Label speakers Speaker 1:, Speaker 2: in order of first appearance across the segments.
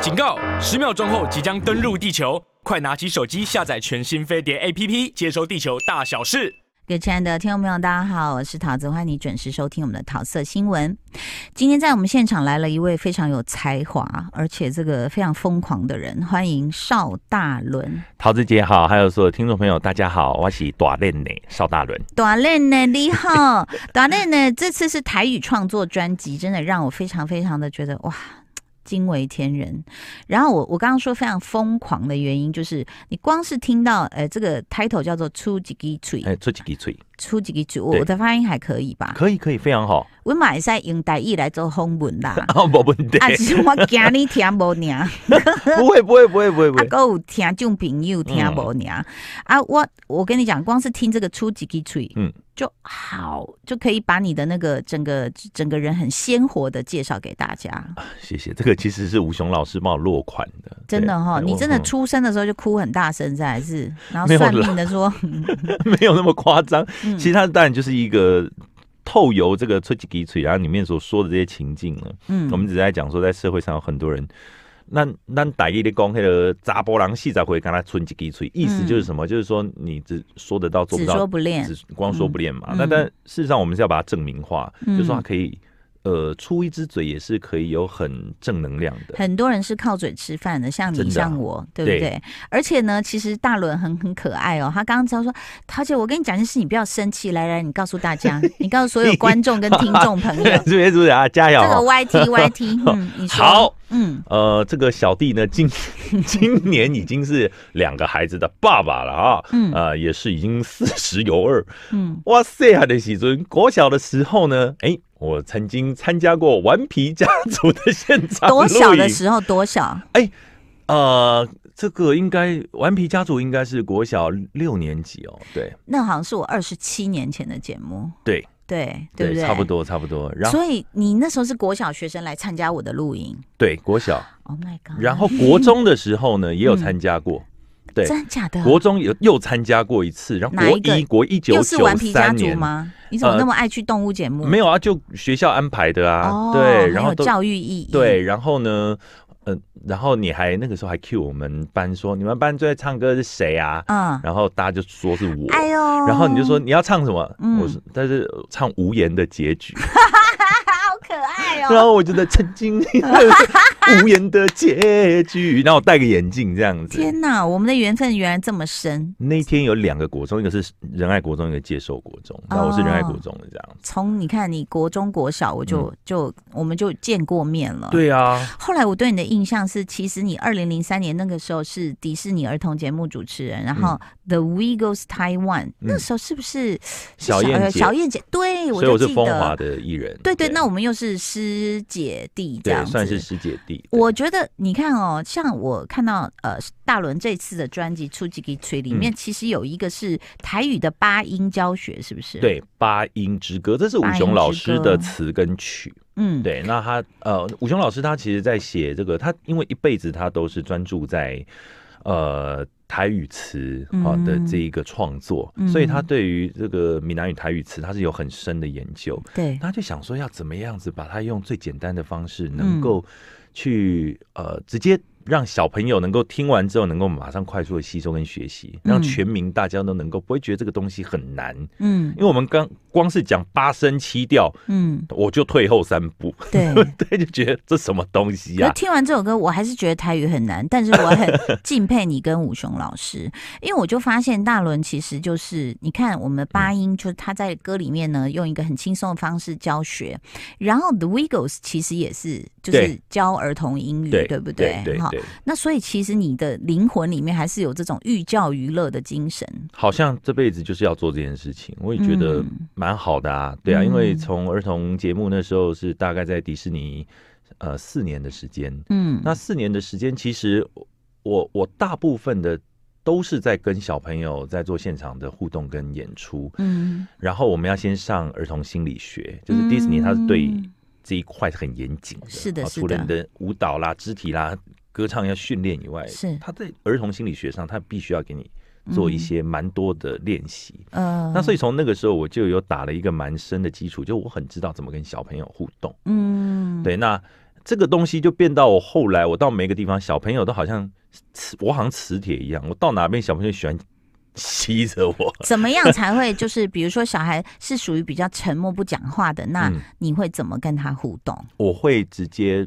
Speaker 1: 警告！十秒钟后即将登陆地球，快拿起手机下载全新飞碟 APP，接收地球大小事。
Speaker 2: 各位亲爱的听众朋友，大家好，我是桃子，欢迎你准时收听我们的桃色新闻。今天在我们现场来了一位非常有才华，而且这个非常疯狂的人，欢迎邵大伦。
Speaker 3: 桃子姐好，还有所有听众朋友，大家好，我是短练呢邵大伦。
Speaker 2: 短练呢，你好，短练呢，这次是台语创作专辑，真的让我非常非常的觉得哇。惊为天人。然后我我刚刚说非常疯狂的原因，就是你光是听到呃这个 title 叫做“出几滴嘴
Speaker 3: 哎、”，出几滴嘴，
Speaker 2: 出几滴嘴，我
Speaker 3: 对
Speaker 2: 我的发音还可以吧？
Speaker 3: 可以可以，非常好。
Speaker 2: 我马上用台语来做风文 啦。
Speaker 3: 哦，没问题，
Speaker 2: 啊，只是我惊你听无 尔，啊，
Speaker 3: 不会不会不会不会不会。
Speaker 2: 还有听众朋友听无尔、啊，我我跟你讲，光是听这个出几句嘴，嗯
Speaker 3: 嗯，
Speaker 2: 就好，就可以把你的那个整个整个人很鲜活的介绍给大家，
Speaker 3: 谢谢，这个其实是吴雄老师帮我落款的，
Speaker 2: 真的
Speaker 3: 对
Speaker 2: 哈、
Speaker 3: 哎
Speaker 2: 你
Speaker 3: 我
Speaker 2: 真 的
Speaker 3: 嗯
Speaker 2: 出生的时候就哭很大声，这还是，然
Speaker 3: 没
Speaker 2: 后
Speaker 3: 有啦
Speaker 2: 算命的说，
Speaker 3: 没有那么夸张。
Speaker 2: 嗯
Speaker 3: 其实它当然就是一个透由这个出几滴嘴，然后里面所说的这些情境呢，我
Speaker 2: 嗯，
Speaker 3: 们只是在讲说，在社会上有很多人，那那打一的讲那个查波郎戏才会跟他存几滴嘴，意思就是什么？就是说你只说得到做
Speaker 2: 嗯只
Speaker 3: 不到
Speaker 2: 说，不练，
Speaker 3: 只光说不练嘛。
Speaker 2: 嗯
Speaker 3: 那
Speaker 2: 嗯
Speaker 3: 但事实上，我们是要把它证明化，
Speaker 2: 嗯
Speaker 3: 就是说它可以，呃，出一只嘴也是可以有很正能量的。
Speaker 2: 很多人是靠嘴吃饭的，像你
Speaker 3: 真的啊
Speaker 2: 像我，对不对？
Speaker 3: 对
Speaker 2: 而且呢，其实大伦很很可爱哦。他刚刚知道说，桃姐，我跟你讲件事，你不要生气。来来，你告诉大 家，你告诉所有观众跟听众朋友，
Speaker 3: 是不是？是不是啊？加
Speaker 2: 这
Speaker 3: 油！
Speaker 2: 个 YT YT，嗯，你说，
Speaker 3: 好，
Speaker 2: 嗯，
Speaker 3: 呃，这个小弟呢，今今年已经是两个孩子的爸爸了啊，
Speaker 2: 嗯
Speaker 3: 呃，也是已经四十有二，
Speaker 2: 嗯，
Speaker 3: 哇塞啊的喜尊，国小的时候呢，哎、我曾经参加过顽皮家族的现场
Speaker 2: 多小的
Speaker 3: 啊录影
Speaker 2: 时候多小，
Speaker 3: 呃，这个应该顽皮家族应该是国小六年级哦，对
Speaker 2: 那好像是我二十七年前的节目，
Speaker 3: 对
Speaker 2: 对对不对？
Speaker 3: 差不。多差不多。然后
Speaker 2: 所以你那时候是国小学生来参加我的录影
Speaker 3: 对国小，
Speaker 2: ，Oh my god！
Speaker 3: 然后国中的时候呢，也有参加过。对，
Speaker 2: 真的假的？
Speaker 3: 国中有又参加过一次，然后
Speaker 2: 嗯哪
Speaker 3: 国
Speaker 2: 一个
Speaker 3: 一国一九
Speaker 2: 又是
Speaker 3: 九
Speaker 2: 顽皮家
Speaker 3: 三
Speaker 2: 族
Speaker 3: 年
Speaker 2: 吗？你怎么
Speaker 3: 呃
Speaker 2: 那么爱去动物节目？
Speaker 3: 没有啊，就学校安排的啊，
Speaker 2: 哦，
Speaker 3: 对，然
Speaker 2: 很
Speaker 3: 后
Speaker 2: 有
Speaker 3: 都
Speaker 2: 教育意义。
Speaker 3: 对，，然后呢，嗯、然后你还那个时候还 cue 我们班说，你们班最爱唱歌是谁啊？
Speaker 2: 嗯，
Speaker 3: 然后大家就说是我，
Speaker 2: 哎呦，
Speaker 3: 然后你就说你要唱什么？
Speaker 2: 嗯
Speaker 3: 我说，但是唱无言的结局，
Speaker 2: 好可爱
Speaker 3: 然
Speaker 2: 哦。
Speaker 3: 后我觉得曾经 无言的结局，然后我戴个眼镜这样子。
Speaker 2: 天哪，我们的缘分原来这么深，
Speaker 3: 那一天有两个国中，一个是仁爱国中，一个接受国中，然后我是仁爱国中的这样子。
Speaker 2: 从你看你国中国小我就、就我们就见过面了。。
Speaker 3: 嗯对啊，
Speaker 2: 后来我对你的印象是，其实你二零零三年那个时候是迪士尼儿童节目主持人，然
Speaker 3: 嗯
Speaker 2: 后 The We Goes Taiwan、那时候是不是
Speaker 3: 小燕姐，
Speaker 2: 小燕姐，对，我
Speaker 3: 所以我
Speaker 2: 就是记
Speaker 3: 风华
Speaker 2: 得，
Speaker 3: 的艺人。
Speaker 2: 对对，那我们又是师姐弟这样
Speaker 3: 对
Speaker 2: 子，
Speaker 3: 算是师姐弟。对
Speaker 2: 我觉得你看哦，像我看到呃大伦这次的专辑《出击给吹》里
Speaker 3: 嗯
Speaker 2: 面，其实有一个是台语的八音教学，是不是？，
Speaker 3: 对《八音之歌》，这是武
Speaker 2: 八音
Speaker 3: 雄老
Speaker 2: 之
Speaker 3: 师
Speaker 2: 歌
Speaker 3: 的词跟曲。
Speaker 2: 嗯，
Speaker 3: 对，那他呃，武雄老师他其实在写这个，他因为一辈子他都是专注在呃台语词啊的
Speaker 2: 嗯
Speaker 3: 这一个创作，
Speaker 2: 嗯
Speaker 3: 所以他对于这个闽南语台语词他是有很深的研究。
Speaker 2: 对
Speaker 3: 他就想说要怎么样子把它用最简单的方式，
Speaker 2: 嗯
Speaker 3: 能够去、呃直接让小朋友能够听完之后能够马上快速的吸收跟学习，让
Speaker 2: 嗯
Speaker 3: 全民大家都能够不会觉得这个东西很难，
Speaker 2: 嗯
Speaker 3: 因为我们刚光是讲八声七调。
Speaker 2: 嗯，
Speaker 3: 我就退后三步，
Speaker 2: 对。
Speaker 3: 对，就觉得这什么东西
Speaker 2: 可
Speaker 3: 呀、
Speaker 2: 是听完这首歌，我还是觉得台语很难，但是我很敬佩你跟武雄老师， 因为我就发现大伦其实就是你看我们八音，就是他在歌里面呢用一个很轻松的方式教学，然后 The Wiggles 其实也是就是
Speaker 3: 对
Speaker 2: 教儿童英语，
Speaker 3: 对
Speaker 2: 不
Speaker 3: 对对
Speaker 2: 哈
Speaker 3: 对，
Speaker 2: 那所以其实你的灵魂里面还是有这种寓教于乐的精神。
Speaker 3: 好像这辈子就是要做这件事情，我也觉得
Speaker 2: 嗯
Speaker 3: 蛮好的啊。对啊，
Speaker 2: 嗯
Speaker 3: 因为从儿童节目那时候是大概在迪士尼呃四年的时间，
Speaker 2: 嗯，
Speaker 3: 那四年的时间，其实我我大部分的都是在跟小朋友在做现场的互动跟演出，
Speaker 2: 嗯，
Speaker 3: 然后我们要先上儿童心理学，就是迪士尼它是对
Speaker 2: 嗯
Speaker 3: 这一块很严谨的，
Speaker 2: 是的
Speaker 3: 啊
Speaker 2: 是
Speaker 3: 除了
Speaker 2: 的
Speaker 3: 你的舞蹈啦、肢体啦、歌唱要训练以外，
Speaker 2: 是
Speaker 3: 哎它在儿童心理学上，它必须要给你做
Speaker 2: 嗯
Speaker 3: 一些蛮多的练习。
Speaker 2: 呃，
Speaker 3: 那所
Speaker 2: 以
Speaker 3: 以从那个时候我就有打了一个蛮深的基础，就我很知道怎么跟小朋友互动。
Speaker 2: 嗯，
Speaker 3: 对，那这个东西就变到我后来，我到每个地方，小朋友都好像磁我好像磁铁一样，我到哪边小朋友喜欢吸着我。
Speaker 2: 怎么样才会就是，比如说小孩是属于比较沉默不讲话的，那
Speaker 3: 嗯
Speaker 2: 你会怎么跟他互动
Speaker 3: 我会直接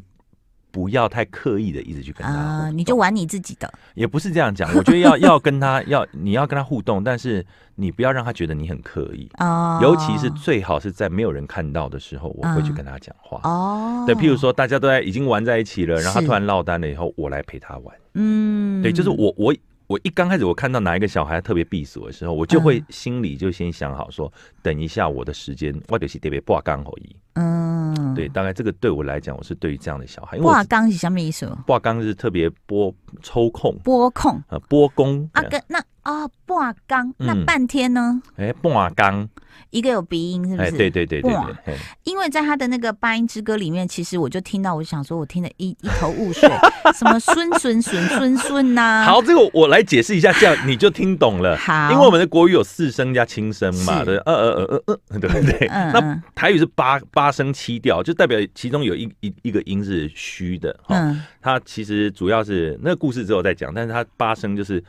Speaker 3: 不要太刻意的一直去跟他互
Speaker 2: 啊、
Speaker 3: 动
Speaker 2: 你就玩你自己的，
Speaker 3: 也不是这样讲，我觉得要要跟他要你要跟他互动，但是你不要让他觉得你很刻意，
Speaker 2: 哦，
Speaker 3: 尤其是最好是在没有人看到的时候，我会去
Speaker 2: 嗯
Speaker 3: 跟他讲话。
Speaker 2: 哦，
Speaker 3: 啊对，譬如，说大家都在已经玩在一起了，然后他
Speaker 2: 是
Speaker 3: 突然落单了以后，我来陪他玩。
Speaker 2: 嗯，
Speaker 3: 对，就是我我我一刚开始我看到哪一个小孩特别避暑的时候，我就会
Speaker 2: 嗯
Speaker 3: 心里就先想好说，等一下我的时间，我就是特别挂刚好一。
Speaker 2: 嗯，
Speaker 3: 对，，大概这个对我来讲，我是对于这样的小孩，因为
Speaker 2: 哇，
Speaker 3: 我
Speaker 2: 刚是什么意思？哦
Speaker 3: 挂刚是特别拨抽空
Speaker 2: 拨控
Speaker 3: 呃拨工
Speaker 2: 啊，跟那啊，挂刚那
Speaker 3: 嗯
Speaker 2: 半天呢，
Speaker 3: 哎挂刚
Speaker 2: 一个有鼻音，是不
Speaker 3: 哎
Speaker 2: 是？
Speaker 3: 对对对对
Speaker 2: 哇
Speaker 3: 对，嘿
Speaker 2: 因为在他的那个《八音之歌》里面，其实我就听到，我想说，我听得一一头雾 水，什么孙孙孙孙孙呐，
Speaker 3: 好，这个我来解释一下，这样你就听懂了。
Speaker 2: 啊好
Speaker 3: 因为我们的国语有四声加轻声嘛，
Speaker 2: 是
Speaker 3: 对，呃呃呃呃呃，对不对？
Speaker 2: 嗯
Speaker 3: 那
Speaker 2: 嗯
Speaker 3: 台语是八八声七调，就代表其中有一一一个音是虚的。哈、
Speaker 2: 嗯
Speaker 3: 它其实主要是那个故事之后再讲，但是它八声就是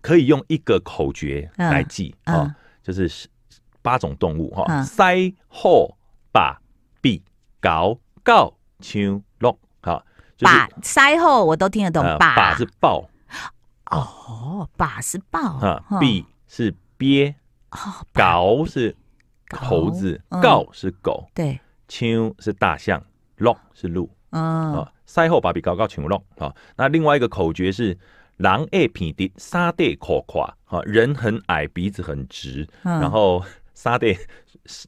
Speaker 3: 可以用一个口诀来记
Speaker 2: 嗯
Speaker 3: 啊、
Speaker 2: 嗯
Speaker 3: 哦，就是八种动物哈、
Speaker 2: 嗯
Speaker 3: 塞、后、把、臂、搞、告、秋、龙，好，就是
Speaker 2: 把腮后我都听得懂
Speaker 3: 呃，
Speaker 2: 把
Speaker 3: 把是抱
Speaker 2: 哦，把是抱
Speaker 3: 啊
Speaker 2: 哦，
Speaker 3: 臂是憋。
Speaker 2: 哦把
Speaker 3: 镐是猴子，
Speaker 2: 嗯
Speaker 3: 告是狗，
Speaker 2: 对，
Speaker 3: 青是大象，龙是鹿
Speaker 2: 嗯
Speaker 3: 啊。赛后把比高高请龙啊。那另外一个口诀是狼爱鼻的，沙地口垮啊，人很矮，鼻子很直，
Speaker 2: 嗯
Speaker 3: 然后沙地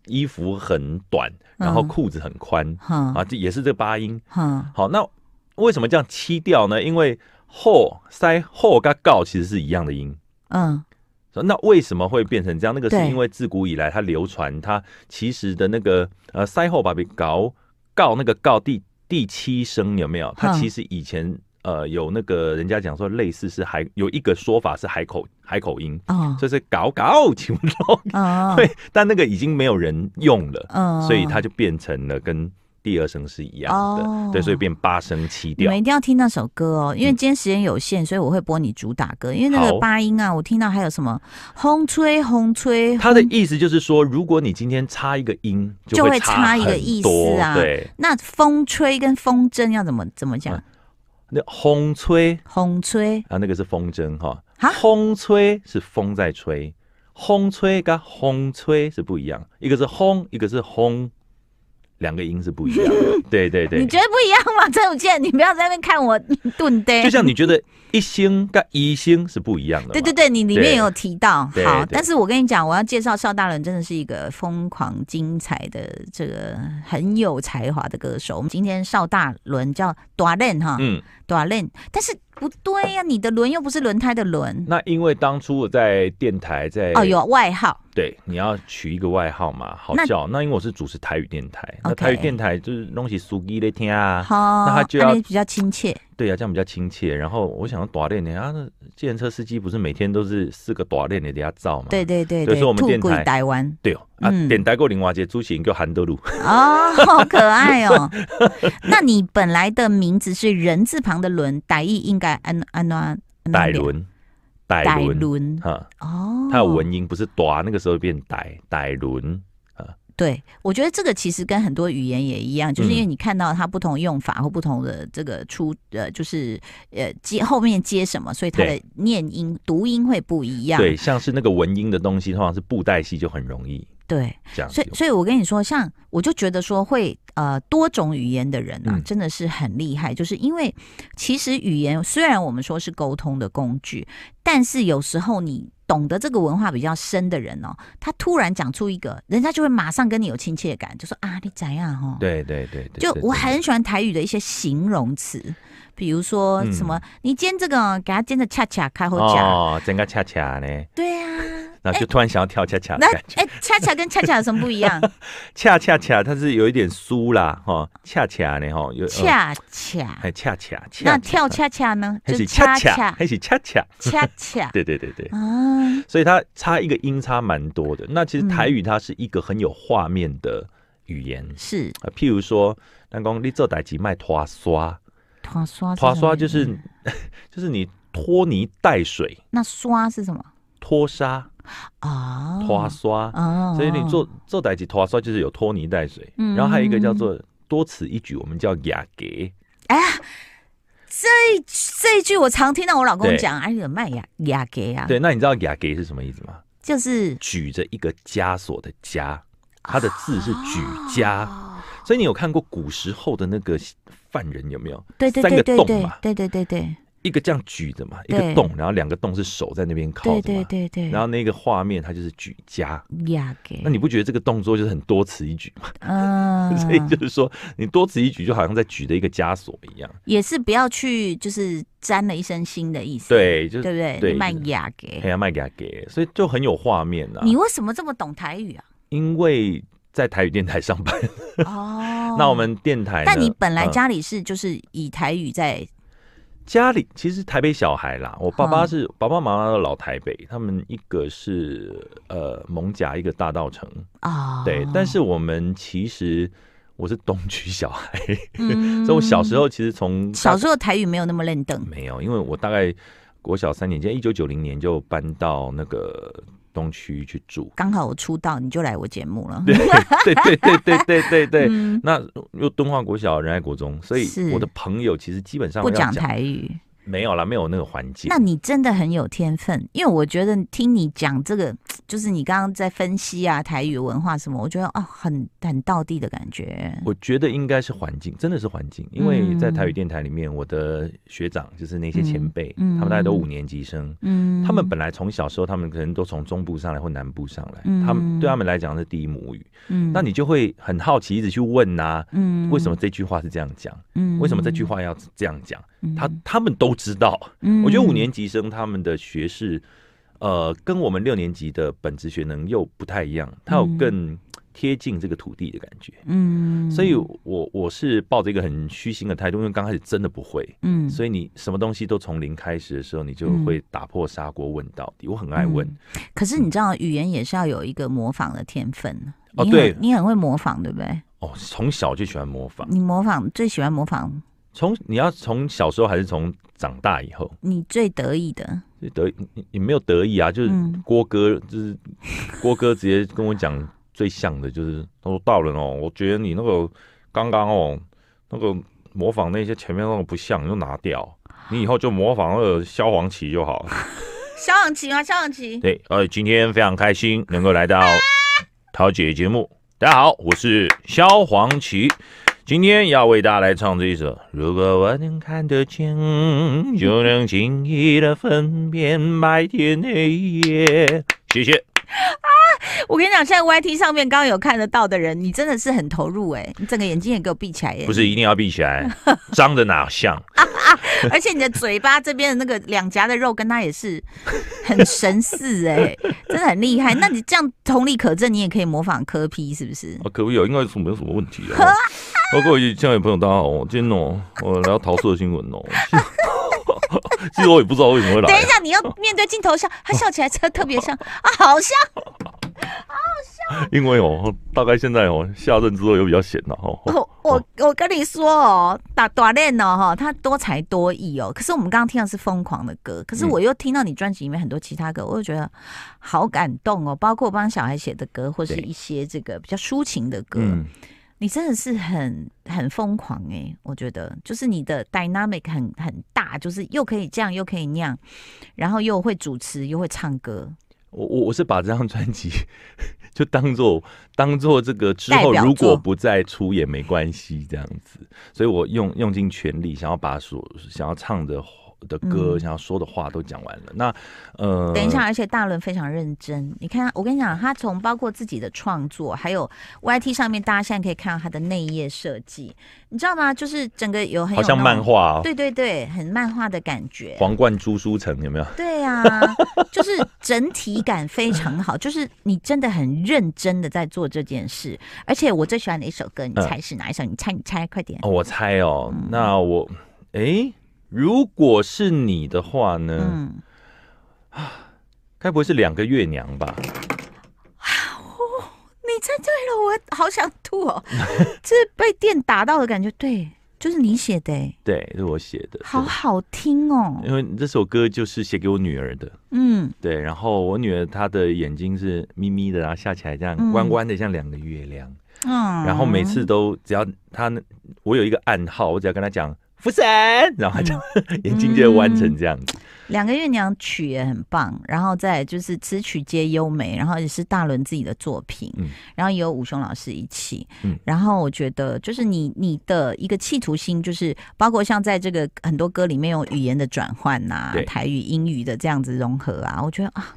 Speaker 3: 衣服很短，然后
Speaker 2: 嗯
Speaker 3: 裤子很宽
Speaker 2: 哼
Speaker 3: 啊，这也是这八音。
Speaker 2: 哼
Speaker 3: 好，那为什么这样七调呢？因为后塞后跟告其实是一样的音。
Speaker 2: 嗯
Speaker 3: 说那为什么会变成这样？那个是
Speaker 2: 对
Speaker 3: 因为自古以来它流传，它其实的那个呃塞后把比搞告那个告第第七声有没有？它
Speaker 2: 哼
Speaker 3: 其实以前呃有那个人家讲说类似是海有一个说法是海口海口音，
Speaker 2: 哦
Speaker 3: 就是搞搞请不到，
Speaker 2: 哦
Speaker 3: 对，但那个已经没有人用了，
Speaker 2: 嗯
Speaker 3: 所以它就变成了跟第二声是一样
Speaker 2: 哦
Speaker 3: 的，对，所以变八声七
Speaker 2: 你
Speaker 3: 调嗯
Speaker 2: 们一定要听那首歌哦，因为今天时间有限，所以我会播你主打歌。因为那个
Speaker 3: 好
Speaker 2: 八音啊，我听到还有什么风吹风吹，
Speaker 3: 它的意思就是说，如果你今天差一个音，
Speaker 2: 就会
Speaker 3: 会
Speaker 2: 差一个
Speaker 3: 很
Speaker 2: 意思
Speaker 3: 多
Speaker 2: 啊
Speaker 3: 对。
Speaker 2: 那风吹跟风筝要怎么怎么讲
Speaker 3: 嗯？那风吹
Speaker 2: 风吹
Speaker 3: 啊，那个是风筝哈
Speaker 2: 啊，
Speaker 3: 风吹是风在吹，风吹跟风吹是不一样，一个是轰，一个是轰，两个音是不一样的。 对对对
Speaker 2: 你，觉得不一样吗？郑永健，你不要在那边看我顿呆。
Speaker 3: 就像你觉得一星跟一星是不一样的嘛，
Speaker 2: 对对对，你里面有提到
Speaker 3: 对
Speaker 2: 好，
Speaker 3: 对
Speaker 2: 但是我跟你讲，我要介绍邵大人真的是一个疯狂精彩的这个很有才华的歌手。我们今天邵大伦叫 d a l n 哈
Speaker 3: 嗯，
Speaker 2: d a l n 但是不对呀、你的轮又不是轮胎的轮
Speaker 3: 那因为当初我在电台在
Speaker 2: 哦，有外号
Speaker 3: 对，你要取一个外号嘛，好
Speaker 2: 那
Speaker 3: 叫。那因为我是主持台语电台，那
Speaker 2: OK
Speaker 3: 台语电台就是东西苏基在听啊，
Speaker 2: 好，
Speaker 3: 那他就
Speaker 2: 那
Speaker 3: 要哦
Speaker 2: 你比较亲切
Speaker 3: 对呀、啊这样比较亲切。然后我想要短链的啊，那计程车司机不是每天都是四个短链的给他照嘛？
Speaker 2: 对对对
Speaker 3: 对
Speaker 2: 对，
Speaker 3: 所以我们电台
Speaker 2: 鬼台湾
Speaker 3: 对哦，啊，
Speaker 2: 嗯
Speaker 3: 点代购林华杰朱行叫韩德鲁，
Speaker 2: 哦，好可爱 哦。那你本来的名字是人字旁的轮，傣意应该安安安
Speaker 3: 戴伦，戴
Speaker 2: 傣
Speaker 3: 伦，
Speaker 2: 轮
Speaker 3: 哈，
Speaker 2: 哦，
Speaker 3: 它有文音，不是短，那个时候变戴戴伦，
Speaker 2: 对，我觉得这个其实跟很多语言也一样，
Speaker 3: 嗯
Speaker 2: 就是因为你看到它不同用法或不同的这个出呃，就是呃接后面接什么，所以它的
Speaker 3: 对
Speaker 2: 念音读音会不一样。
Speaker 3: 对，像是那个文音的东西，通常是布袋戏就很容易
Speaker 2: 对
Speaker 3: 这样子
Speaker 2: 所以，。所以我跟你说，像我就觉得说会呃多种语言的人啊，
Speaker 3: 嗯
Speaker 2: 真的是很厉害，就是因为其实语言虽然我们说是沟通的工具，但是有时候你懂得这个文化比较深的人哦，他突然讲出一个，人家就会马上跟你有亲切感，就说啊你怎样哦，
Speaker 3: 对对对对，
Speaker 2: 就
Speaker 3: 对
Speaker 2: 我
Speaker 3: 对
Speaker 2: 很喜欢台语的一些形容词，比如说什么、你煎这个哦给它煎的恰恰开后夹，
Speaker 3: 嗯哦，整个恰恰呢，
Speaker 2: 对啊，
Speaker 3: 然后就突然想要跳恰恰的
Speaker 2: 那
Speaker 3: 感觉，
Speaker 2: 哎、恰恰跟恰恰有什么不一 样？
Speaker 3: 哦恰恰恰它是有一点酥啦，哈，恰恰呢，哈，有，呃
Speaker 2: 恰恰。
Speaker 3: 还恰恰，恰
Speaker 2: 那跳
Speaker 3: 恰
Speaker 2: 恰恰呢？
Speaker 3: 还
Speaker 2: 就是是
Speaker 3: 恰嗯
Speaker 2: 恰
Speaker 3: 恰，
Speaker 2: 恰
Speaker 3: 还是恰恰，
Speaker 2: 恰恰
Speaker 3: 对对对 对，
Speaker 2: 啊，
Speaker 3: 所以它差一个音差蛮多的。那其实
Speaker 2: 嗯
Speaker 3: 台语它是一个很有画面的语言，呃
Speaker 2: 是
Speaker 3: 啊，譬如说，咱讲你做代志卖拖刷，
Speaker 2: 拖刷是
Speaker 3: 拖
Speaker 2: 什
Speaker 3: 刷
Speaker 2: 么意
Speaker 3: 就哦是
Speaker 2: 思
Speaker 3: 就是你拖泥带水、
Speaker 2: 那刷是什么
Speaker 3: 拖沙、
Speaker 2: 啊？
Speaker 3: 拖刷，
Speaker 2: 哦，
Speaker 3: 所以你做做代志拖刷就是有拖泥带水。
Speaker 2: 嗯
Speaker 3: 然后还有一个叫做多此一举，我们叫雅给。
Speaker 2: 哎呀，这一这一句我常听到我老公
Speaker 3: 对
Speaker 2: 讲，哎，有卖雅雅给啊，
Speaker 3: 对，那你知道雅给是什么意思吗？
Speaker 2: 就是
Speaker 3: 举着一个枷锁的枷，它的字是举枷。
Speaker 2: 哦
Speaker 3: 所以你有看过古时候的那个犯人有没有？
Speaker 2: 对对
Speaker 3: 三
Speaker 2: 对
Speaker 3: 个
Speaker 2: 对
Speaker 3: 洞
Speaker 2: 对
Speaker 3: 嘛，
Speaker 2: 对对对对
Speaker 3: 一个这样举着嘛，一
Speaker 2: 对
Speaker 3: 个洞，然后两个洞是手在那边靠着
Speaker 2: 对
Speaker 3: 嘛。
Speaker 2: 对对对，
Speaker 3: 然后那个画面它就是举枷。
Speaker 2: 雅给，
Speaker 3: 那你不觉得这个动作就是很多此一举吗？
Speaker 2: 嗯，
Speaker 3: 所以就是说，你多此一举就好像在举的一个枷锁一样。
Speaker 2: 也是不要去就是沾了一身腥的意思，
Speaker 3: 对，就
Speaker 2: 对不
Speaker 3: 是
Speaker 2: 对？
Speaker 3: 对
Speaker 2: 你卖
Speaker 3: 就是
Speaker 2: 雅
Speaker 3: 黑
Speaker 2: 给，
Speaker 3: 暗卖给他给，所以就很有画面呐、
Speaker 2: 你为什么这么懂台语啊？
Speaker 3: 因为在台语电台上班，
Speaker 2: 哦
Speaker 3: 那我们电台呢，
Speaker 2: 但你本来
Speaker 3: 嗯
Speaker 2: 家里是就是以台语在
Speaker 3: 家里其实台北小孩啦，我爸爸
Speaker 2: 嗯
Speaker 3: 是、爸爸妈妈都老台北，他们一个是呃蒙甲，一个大道城，
Speaker 2: 啊，
Speaker 3: 对。但是我们其实我是东区小孩，
Speaker 2: 嗯
Speaker 3: 所以我小时候其实从
Speaker 2: 小时候台语没有那么认等
Speaker 3: 没有，因为我大概国小三年级，一九九零年就搬到那个东区去
Speaker 2: 。
Speaker 3: 住
Speaker 2: 刚好我出道，你就来我节目了。
Speaker 3: 对对对对对对对对。
Speaker 2: 嗯，
Speaker 3: 那又敦化国小、仁爱国中，所以
Speaker 2: 是
Speaker 3: 我的朋友其实基本上
Speaker 2: 不
Speaker 3: 要
Speaker 2: 讲台语，
Speaker 3: 没有啦，没有那个环境。
Speaker 2: 那你真的很有天分，因为我觉得听你讲这个，就是你刚刚在分析啊台语文化什么，我觉得啊很很道地的感觉。
Speaker 3: 我觉得应该是环境，真的是环境，因为在
Speaker 2: 嗯
Speaker 3: 台语电台里面，我的学长就是那些前辈，
Speaker 2: 嗯嗯
Speaker 3: 他们大概都五年级生，
Speaker 2: 嗯，
Speaker 3: 他们本来从小时候，他们可能都从中部上来或南部上来，
Speaker 2: 嗯
Speaker 3: 他们对他们来讲是第一母语，
Speaker 2: 嗯
Speaker 3: 那你就会很好奇，一直去问呐、
Speaker 2: 嗯
Speaker 3: 为什么？这句话是这样讲？
Speaker 2: 嗯
Speaker 3: 为什么这句？话要这样讲？
Speaker 2: 嗯
Speaker 3: 他他们都知道。
Speaker 2: 嗯
Speaker 3: 我觉得五年级生他们的学识，呃，跟我们六年级的本职学能又不太一样，他有
Speaker 2: 嗯
Speaker 3: 更贴近这个土地的感觉。
Speaker 2: 嗯
Speaker 3: 所以我我是抱着一个很虚心的态度，因为刚开始真的不会，
Speaker 2: 嗯
Speaker 3: 所以你什么东西都从零开始的时候，你就会打破砂锅问到底。我很爱问，
Speaker 2: 嗯可是你知道，语言也是要有一个模仿的天分。
Speaker 3: 哦
Speaker 2: 你很
Speaker 3: 对
Speaker 2: 你很会模仿，对不对？
Speaker 3: 哦，从小就喜欢模仿，
Speaker 2: 你模仿最喜欢模仿
Speaker 3: 从你要从小时候还是从长大以后，
Speaker 2: 你最得意的，
Speaker 3: 就得你你没有得意啊，就是
Speaker 2: 嗯
Speaker 3: 郭哥，就是郭哥直接跟我讲最像的就是，他说大人哦，我觉得你那个刚刚哦那个模仿那些前面那个不像，你就拿掉，你以后就模仿那个萧煌奇就好了。
Speaker 2: 萧煌奇啊吗？萧煌奇，
Speaker 3: 对，呃，今天非常开心能够来到桃姐节目。大家好，我是萧煌奇，今天要为大家来唱这一首《如果我能看得见》，就能轻易的分辨白天黑夜。谢谢。
Speaker 2: 我跟你讲，现在 YT 上面刚刚有看得到的人，你真的是很投入哎、你整个眼睛也给我闭起来哎耶、
Speaker 3: 不是一定要闭起来，张着哪 像？
Speaker 2: 而且你的嘴巴这边的那个两颊的肉跟他也是 很神似哎、真的很厉害。那你这样同理可证，你也可以模仿柯 P 是不是？
Speaker 3: 啊，可不可以有？应该是没有什么问题啊。 包括亲爱的朋友，大家好，我今天哦，我来到桃色新闻哦。 其实其实我也不知道为什么会来啊
Speaker 2: 等一下，你要面对镜头笑，他笑起来真的特别像啊，好像。
Speaker 3: 因为哦，大概现在哦，下任之后又比较闲了哦。
Speaker 2: 我我我跟你说哦，打打练哦哈，他多才多艺哦。可是我们刚刚听的是疯狂的歌，可是
Speaker 3: 嗯
Speaker 2: 我又听到你专辑里面很多其他歌，我就觉得好感动哦。包括我帮小孩写的歌，或是
Speaker 3: 对
Speaker 2: 一些这个比较抒情的歌，
Speaker 3: 嗯，
Speaker 2: 你真的是很很疯狂哎、我觉得就是你的 dynamic 很很大，就是又可以这样，又可以那样，然后又会主持，又会唱歌，
Speaker 3: 我我我是把这张专辑 就当做当做这个之后
Speaker 2: 代表作
Speaker 3: 如果不再出也没关系这样子，所以我用用尽全力想要把所想要唱的的歌、
Speaker 2: 嗯
Speaker 3: 想要说的话都讲完了。那呃，
Speaker 2: 等一下，，而且大伦非常认真。你看，我跟你讲，他从包括自己的创作，还有 YT 上面，大家现在可以看到他的内页设计，你知道吗？就是整个有很有
Speaker 3: 好像
Speaker 2: 那种
Speaker 3: 漫，画、哦，
Speaker 2: 对对对，很漫画的感觉。
Speaker 3: 皇冠朱书城有没有？
Speaker 2: 对啊，就是整体感非常 好，就是你真的很认真的在做这件事。而且我最喜欢的一首歌，你
Speaker 3: 嗯
Speaker 2: 猜是哪一首？你猜，你猜，快点。
Speaker 3: 哦，我猜哦，
Speaker 2: 嗯
Speaker 3: 那我诶，如果是你的话呢，
Speaker 2: 嗯，
Speaker 3: 该、不会是两个月娘吧？
Speaker 2: 你猜对了，我好想吐 哦，这被电打到的感觉，对，就是你写的、欸，
Speaker 3: 对，是我写的。
Speaker 2: 好好听哦，
Speaker 3: 因为这首歌就是写给我女儿的，
Speaker 2: 嗯，
Speaker 3: 对，然后我女儿她的眼睛是眯眯的，然啊后下起来这样
Speaker 2: 嗯
Speaker 3: 弯弯的，像两个月亮。
Speaker 2: 嗯，
Speaker 3: 然后每次都只要她，我有一个暗号，我只要跟她讲福神，然后她就、 眼睛就会弯成这样子。
Speaker 2: 两个月娘曲也很棒，然后再来就是词曲皆优美，然后也是大伦自己的作品，
Speaker 3: 嗯
Speaker 2: 然后也有武雄老师一起，
Speaker 3: 嗯
Speaker 2: 然后我觉得就是你你的一个企图心，就是包括像在这个很多歌里面有语言的转换呐、
Speaker 3: 对
Speaker 2: 台语英语的这样子融合啊，我觉得啊。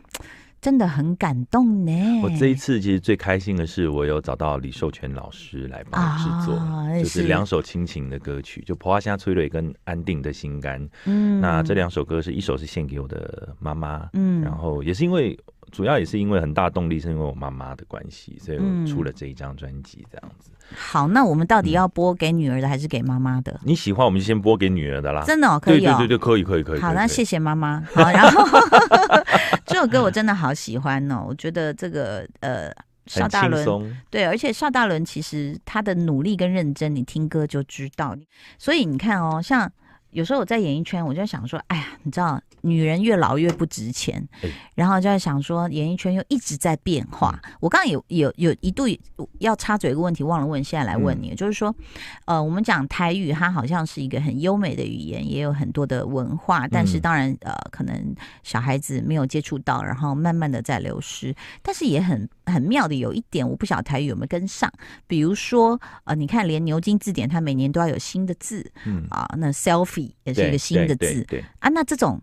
Speaker 2: 真的很感动呢！
Speaker 3: 我这一次其实最开心的是，我有找到李寿全老师来帮我制作，
Speaker 2: 啊
Speaker 3: 就
Speaker 2: 也
Speaker 3: 是
Speaker 2: 是
Speaker 3: 两首亲情的歌曲，就《婆花香催泪》跟《安定的心肝》。
Speaker 2: 嗯
Speaker 3: 那这两首歌是一首是献给我的妈妈，
Speaker 2: 嗯
Speaker 3: 然后也是因为主要也是因为很大动力是因为我妈妈的关系，所以
Speaker 2: 嗯
Speaker 3: 我出了这一张专辑这样子。
Speaker 2: 好，那我们到
Speaker 3: 嗯
Speaker 2: 底要播给女儿的还是给妈妈的？
Speaker 3: 你喜欢我们就先播给女儿的啦，
Speaker 2: 真的哦，可
Speaker 3: 对
Speaker 2: 以
Speaker 3: 对
Speaker 2: 哦。
Speaker 3: 对对，可以可以可以。
Speaker 2: 好，
Speaker 3: 可以
Speaker 2: 那
Speaker 3: 可以
Speaker 2: 谢谢妈 妈。好，然后这首歌我真的好喜欢哦，我觉得这个呃。邵
Speaker 3: 很
Speaker 2: 大
Speaker 3: 轻
Speaker 2: 伦
Speaker 3: 松，
Speaker 2: 对，而且邵大伦其实他的努力跟认真，你听歌就知道。所以你看哦，像有时候我在演艺圈，我就想说，哎呀，你知道，女人越老越不值钱，
Speaker 3: 哎
Speaker 2: 然后就在想说，演艺圈又一直在变化。我刚刚有有有一度要插嘴一个问题，忘了问，现在来问
Speaker 3: 嗯
Speaker 2: 你，就是说，呃，我们讲台语，它好像是一个很优美的语言，也有很多的文化，但是
Speaker 3: 嗯
Speaker 2: 当然，呃，可能小孩子没有接触到，然后慢慢的在流失。但是也很很妙的有一点，我不晓得台语有没有跟上，比如说，呃，你看连牛津字典它每年都要有新的字
Speaker 3: 嗯，
Speaker 2: 啊，那 selfie 也是一
Speaker 3: 对
Speaker 2: 个新的
Speaker 3: 对对
Speaker 2: 字
Speaker 3: 对，
Speaker 2: 啊，那这种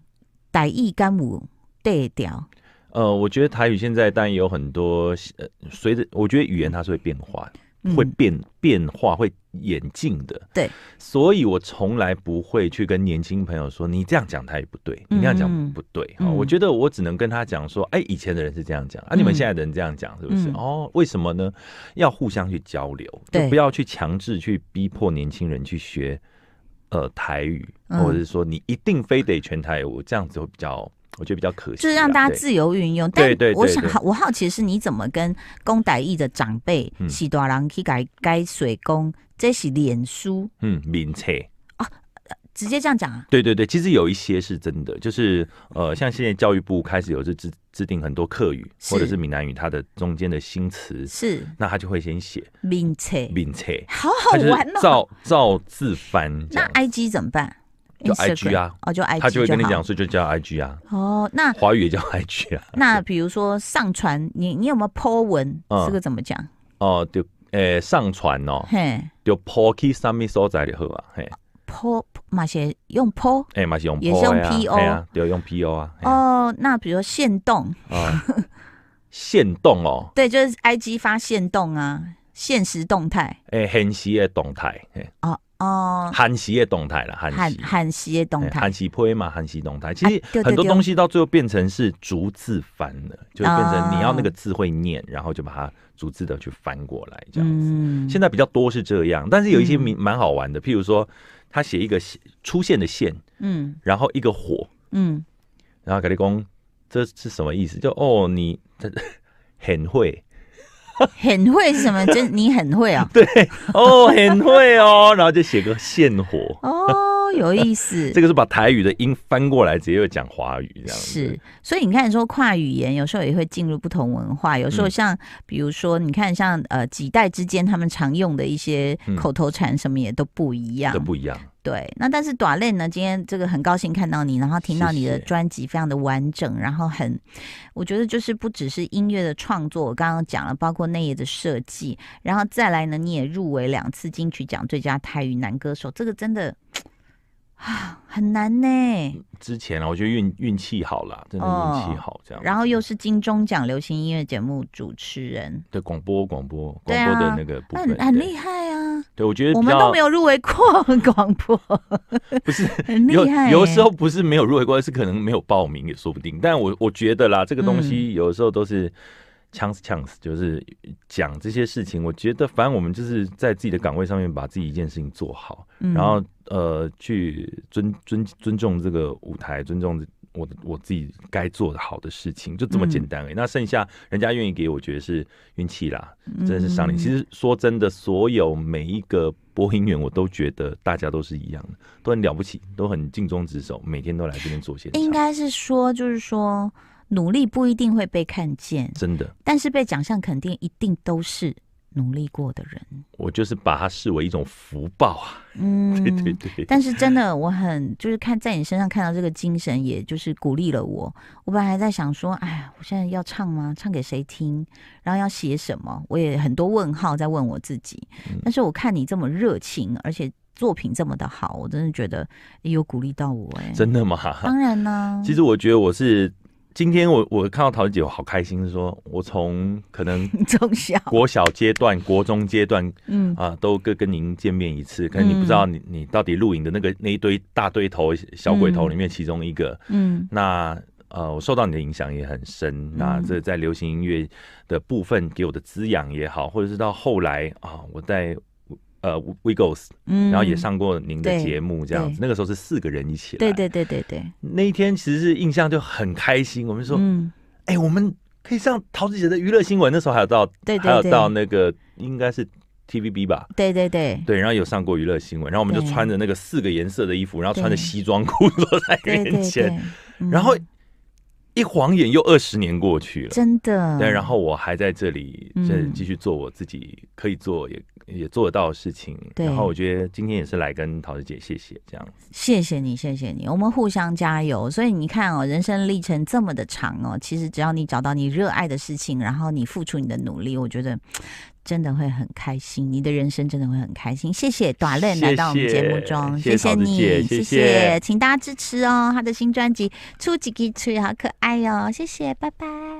Speaker 2: 歹意干五对调，
Speaker 3: 呃，我觉得台语现在当然有很多，呃，随着我觉得语言它是会变化的。
Speaker 2: 嗯
Speaker 3: 会变变化、会演进的。
Speaker 2: 对，
Speaker 3: 所以我从来不会去跟年轻朋友说你这样讲台语不对，你那样
Speaker 2: 嗯
Speaker 3: 讲不对。哈、
Speaker 2: 嗯
Speaker 3: 我觉得我只能跟他讲说，哎、以前的人是这样讲，啊，你们现在的人这样讲，是不是、
Speaker 2: 嗯
Speaker 3: 哦，为什么呢？要互相去交流，
Speaker 2: 对
Speaker 3: 就不要去强制去逼迫年轻人去学呃台语，
Speaker 2: 嗯
Speaker 3: 或者是说你一定非得全台语，我这样子会比较，我觉得比较可惜啦。啊
Speaker 2: 就是让大家
Speaker 3: 对
Speaker 2: 自由运用。
Speaker 3: 对对对
Speaker 2: 但我想
Speaker 3: 对
Speaker 2: 好，我好奇的是你怎么跟公歹意的长辈
Speaker 3: 嗯
Speaker 2: 喜多郎去改改水工，这是脸书
Speaker 3: 嗯，明册。
Speaker 2: 直接这样讲啊？
Speaker 3: 对对对，其实有一些是真的，就是呃，像现在教育部开始有是制制定很多客语
Speaker 2: 是
Speaker 3: 或者是闽南语，它的中间的新词，
Speaker 2: 是
Speaker 3: 那他就会先写
Speaker 2: 名册，
Speaker 3: 闽菜，
Speaker 2: 好好
Speaker 3: 他就是
Speaker 2: 玩哦。
Speaker 3: 照照字翻这
Speaker 2: 那
Speaker 3: 样，
Speaker 2: IG 怎么办？
Speaker 3: 就 IG 啊
Speaker 2: Instagram 哦，就 IG
Speaker 3: 他就会跟你
Speaker 2: 好
Speaker 3: 讲，所以就叫 IG 啊，
Speaker 2: 哦，那
Speaker 3: 华语也叫 IG 啊，
Speaker 2: 那比如说上传，你你有没有 po 文？
Speaker 3: 嗯
Speaker 2: 这个怎么讲？
Speaker 3: 哦，就呃上传哦，
Speaker 2: 嘿
Speaker 3: 就 p o k y 上面所在就好啊，嘿，
Speaker 2: ，po 嘛些用 po
Speaker 3: 哎嘛是用
Speaker 2: 也是用
Speaker 3: po 的啊
Speaker 2: PO
Speaker 3: 嘿啊，对，用 PO 啊，嘿啊
Speaker 2: 哦。那比如说限动，
Speaker 3: 哦，现动哦，
Speaker 2: 对，就是 IG 发限动啊，现实动态
Speaker 3: 哎，韩时的动态，嘿
Speaker 2: 哦哦，
Speaker 3: 韩时的动态啦，韩
Speaker 2: 韩
Speaker 3: 时。
Speaker 2: 韩系的动
Speaker 3: 哎
Speaker 2: 态
Speaker 3: 韩系配嘛，韩系动态，其
Speaker 2: 啊
Speaker 3: 实
Speaker 2: 对
Speaker 3: 很
Speaker 2: 对
Speaker 3: 多
Speaker 2: 对
Speaker 3: 东西到最后变成是逐字翻了，就变成
Speaker 2: 啊
Speaker 3: 你要那个字会念，然后就把它逐字的去翻过来这样子。
Speaker 2: 嗯
Speaker 3: 现在比较多是这样，但是有一些
Speaker 2: 嗯
Speaker 3: 蛮蛮好玩的，譬如说他写一个线出现的线，
Speaker 2: 嗯
Speaker 3: 然后一个火，
Speaker 2: 嗯，
Speaker 3: 然后给你讲这是什么意思？就哦，你很会
Speaker 2: 很会是什么？真你很会啊！
Speaker 3: 哦，很会哦，然后就写个现火，
Speaker 2: 哦，有意思
Speaker 3: 这。个是把台语的音翻过来，直接会讲华语这样子。
Speaker 2: 是，所以你看，说跨语言有时候也会进入不同文化，有时候
Speaker 3: 嗯
Speaker 2: 像、比如说，你看像呃几代之间他们常用的一些
Speaker 3: 嗯
Speaker 2: 口头禅什么也都不一样。
Speaker 3: 这不一样。
Speaker 2: 对，那但是短链呢，今天这个很高兴看到你，然后听到你
Speaker 3: 谢
Speaker 2: 的
Speaker 3: 谢
Speaker 2: 专辑非常的完整，然后很，我觉得就是不只是音乐的创作，我刚刚讲了，包括内页的设计，然后再来呢，你也入围两次金曲奖最佳台语男歌手，这个真的啊很难呢、
Speaker 3: 之前啊，我觉得运运气好啦，真的
Speaker 2: 哦
Speaker 3: 运气好这样子。
Speaker 2: 然后又是金钟奖流行音乐节目主持人，
Speaker 3: 对广播广播
Speaker 2: 对
Speaker 3: 广
Speaker 2: 啊
Speaker 3: 播的那个部分，
Speaker 2: 很很
Speaker 3: 对
Speaker 2: 厉害啊！
Speaker 3: 对，我觉得
Speaker 2: 我
Speaker 3: 比
Speaker 2: 们
Speaker 3: 较
Speaker 2: 都没有入围过 广 播，
Speaker 3: 不是
Speaker 2: 很厉
Speaker 3: 有
Speaker 2: 害欸、
Speaker 3: 有的时候不是没有入围过，是可能没有报名也说不定。但我我觉得啦，这个东
Speaker 2: 嗯
Speaker 3: 西有的时候都是。chance chance 就是讲这些事情，我觉得反正我们就是在自己的岗位上面把自己一件事情做好，
Speaker 2: 嗯，
Speaker 3: 然后呃去尊尊尊重这个舞台，尊重我的我自己该做的好的事情，就这
Speaker 2: 嗯
Speaker 3: 么简单而已。那剩下人家愿意给我，觉得是运气啦，真的是
Speaker 2: 嗯
Speaker 3: 上灵。其实说真的，所有每一个播音员，我都觉得大家都是一样的，都很了不起，都很尽忠职守，每天都来这边做现场。
Speaker 2: 应该是说，就是说，努力不一定会被看见，
Speaker 3: 真的，
Speaker 2: 但是被奖项肯定，一定都是努力过的 人。
Speaker 3: 我就是把它视为一种福报啊！
Speaker 2: 嗯，
Speaker 3: 对对对，
Speaker 2: 但是真的，我很就是看在你身上看到这个精神，也就是鼓励了我。我本来还在想说，哎呀，我现在要唱吗？唱给谁听？然后要写什么？我也很多问号在问我自己。
Speaker 3: 嗯
Speaker 2: 但是我看你这么热情，而且作品这么的好，我真的觉得也有鼓励到我、哎，
Speaker 3: 真的吗？
Speaker 2: 当然啦、
Speaker 3: 其实我觉得我是今天我我看到桃姐，我好开心，是说我从可能
Speaker 2: 从小，
Speaker 3: 国小阶段、国中阶段
Speaker 2: 嗯，
Speaker 3: 啊，都跟跟您见面一次，可能你不知道你你到底录影的那个那一堆大堆头小鬼头里面其中一个，
Speaker 2: 嗯
Speaker 3: 那呃，我受到你的影响也很深。那这在流行音乐的部分给我的滋养也好，或者是到后来啊，我在呃 w i g g l e s
Speaker 2: 嗯，
Speaker 3: 然后也上过您的
Speaker 2: 对
Speaker 3: 节目，这样子。
Speaker 2: 对
Speaker 3: 那个时候是四个人一起来，
Speaker 2: 对对对对对，
Speaker 3: 那一天其实是印象就很开心，我们说，哎、
Speaker 2: 嗯，
Speaker 3: 我们可以上桃子姐的娱乐新闻，那时候还有到，
Speaker 2: 对对
Speaker 3: 还有
Speaker 2: 对
Speaker 3: 到那个应该是 TVB 吧。
Speaker 2: 对对 对
Speaker 3: 对，然后有上过娱乐新闻，然后我们就
Speaker 2: 对
Speaker 3: 穿着那个四个颜色的衣服，然后穿
Speaker 2: 对
Speaker 3: 着西装裤坐在
Speaker 2: 对
Speaker 3: 面
Speaker 2: 对
Speaker 3: 前，
Speaker 2: 对，嗯
Speaker 3: 然后一晃眼又二十年过去了。
Speaker 2: 真的，
Speaker 3: 对，然后我还在这里，这
Speaker 2: 嗯
Speaker 3: 继续做我自己可以做也也做得到的事情。
Speaker 2: 对
Speaker 3: 然后我觉得今天也是来跟桃子姐谢谢这样。
Speaker 2: 谢谢你，谢谢你，我们互相加油。所以你看哦，人生历程这么的长哦，其实只要你找到你热爱的事情，然后你付出你的努力，我觉得真的会很开心，你的人生真的会很开心。谢谢短任来到我们节目中，
Speaker 3: 谢谢
Speaker 2: 谢你，
Speaker 3: 谢谢桃子姐谢谢
Speaker 2: 请大家支持哦，他的新专辑《出几个吹》好可爱哦，谢谢，拜拜。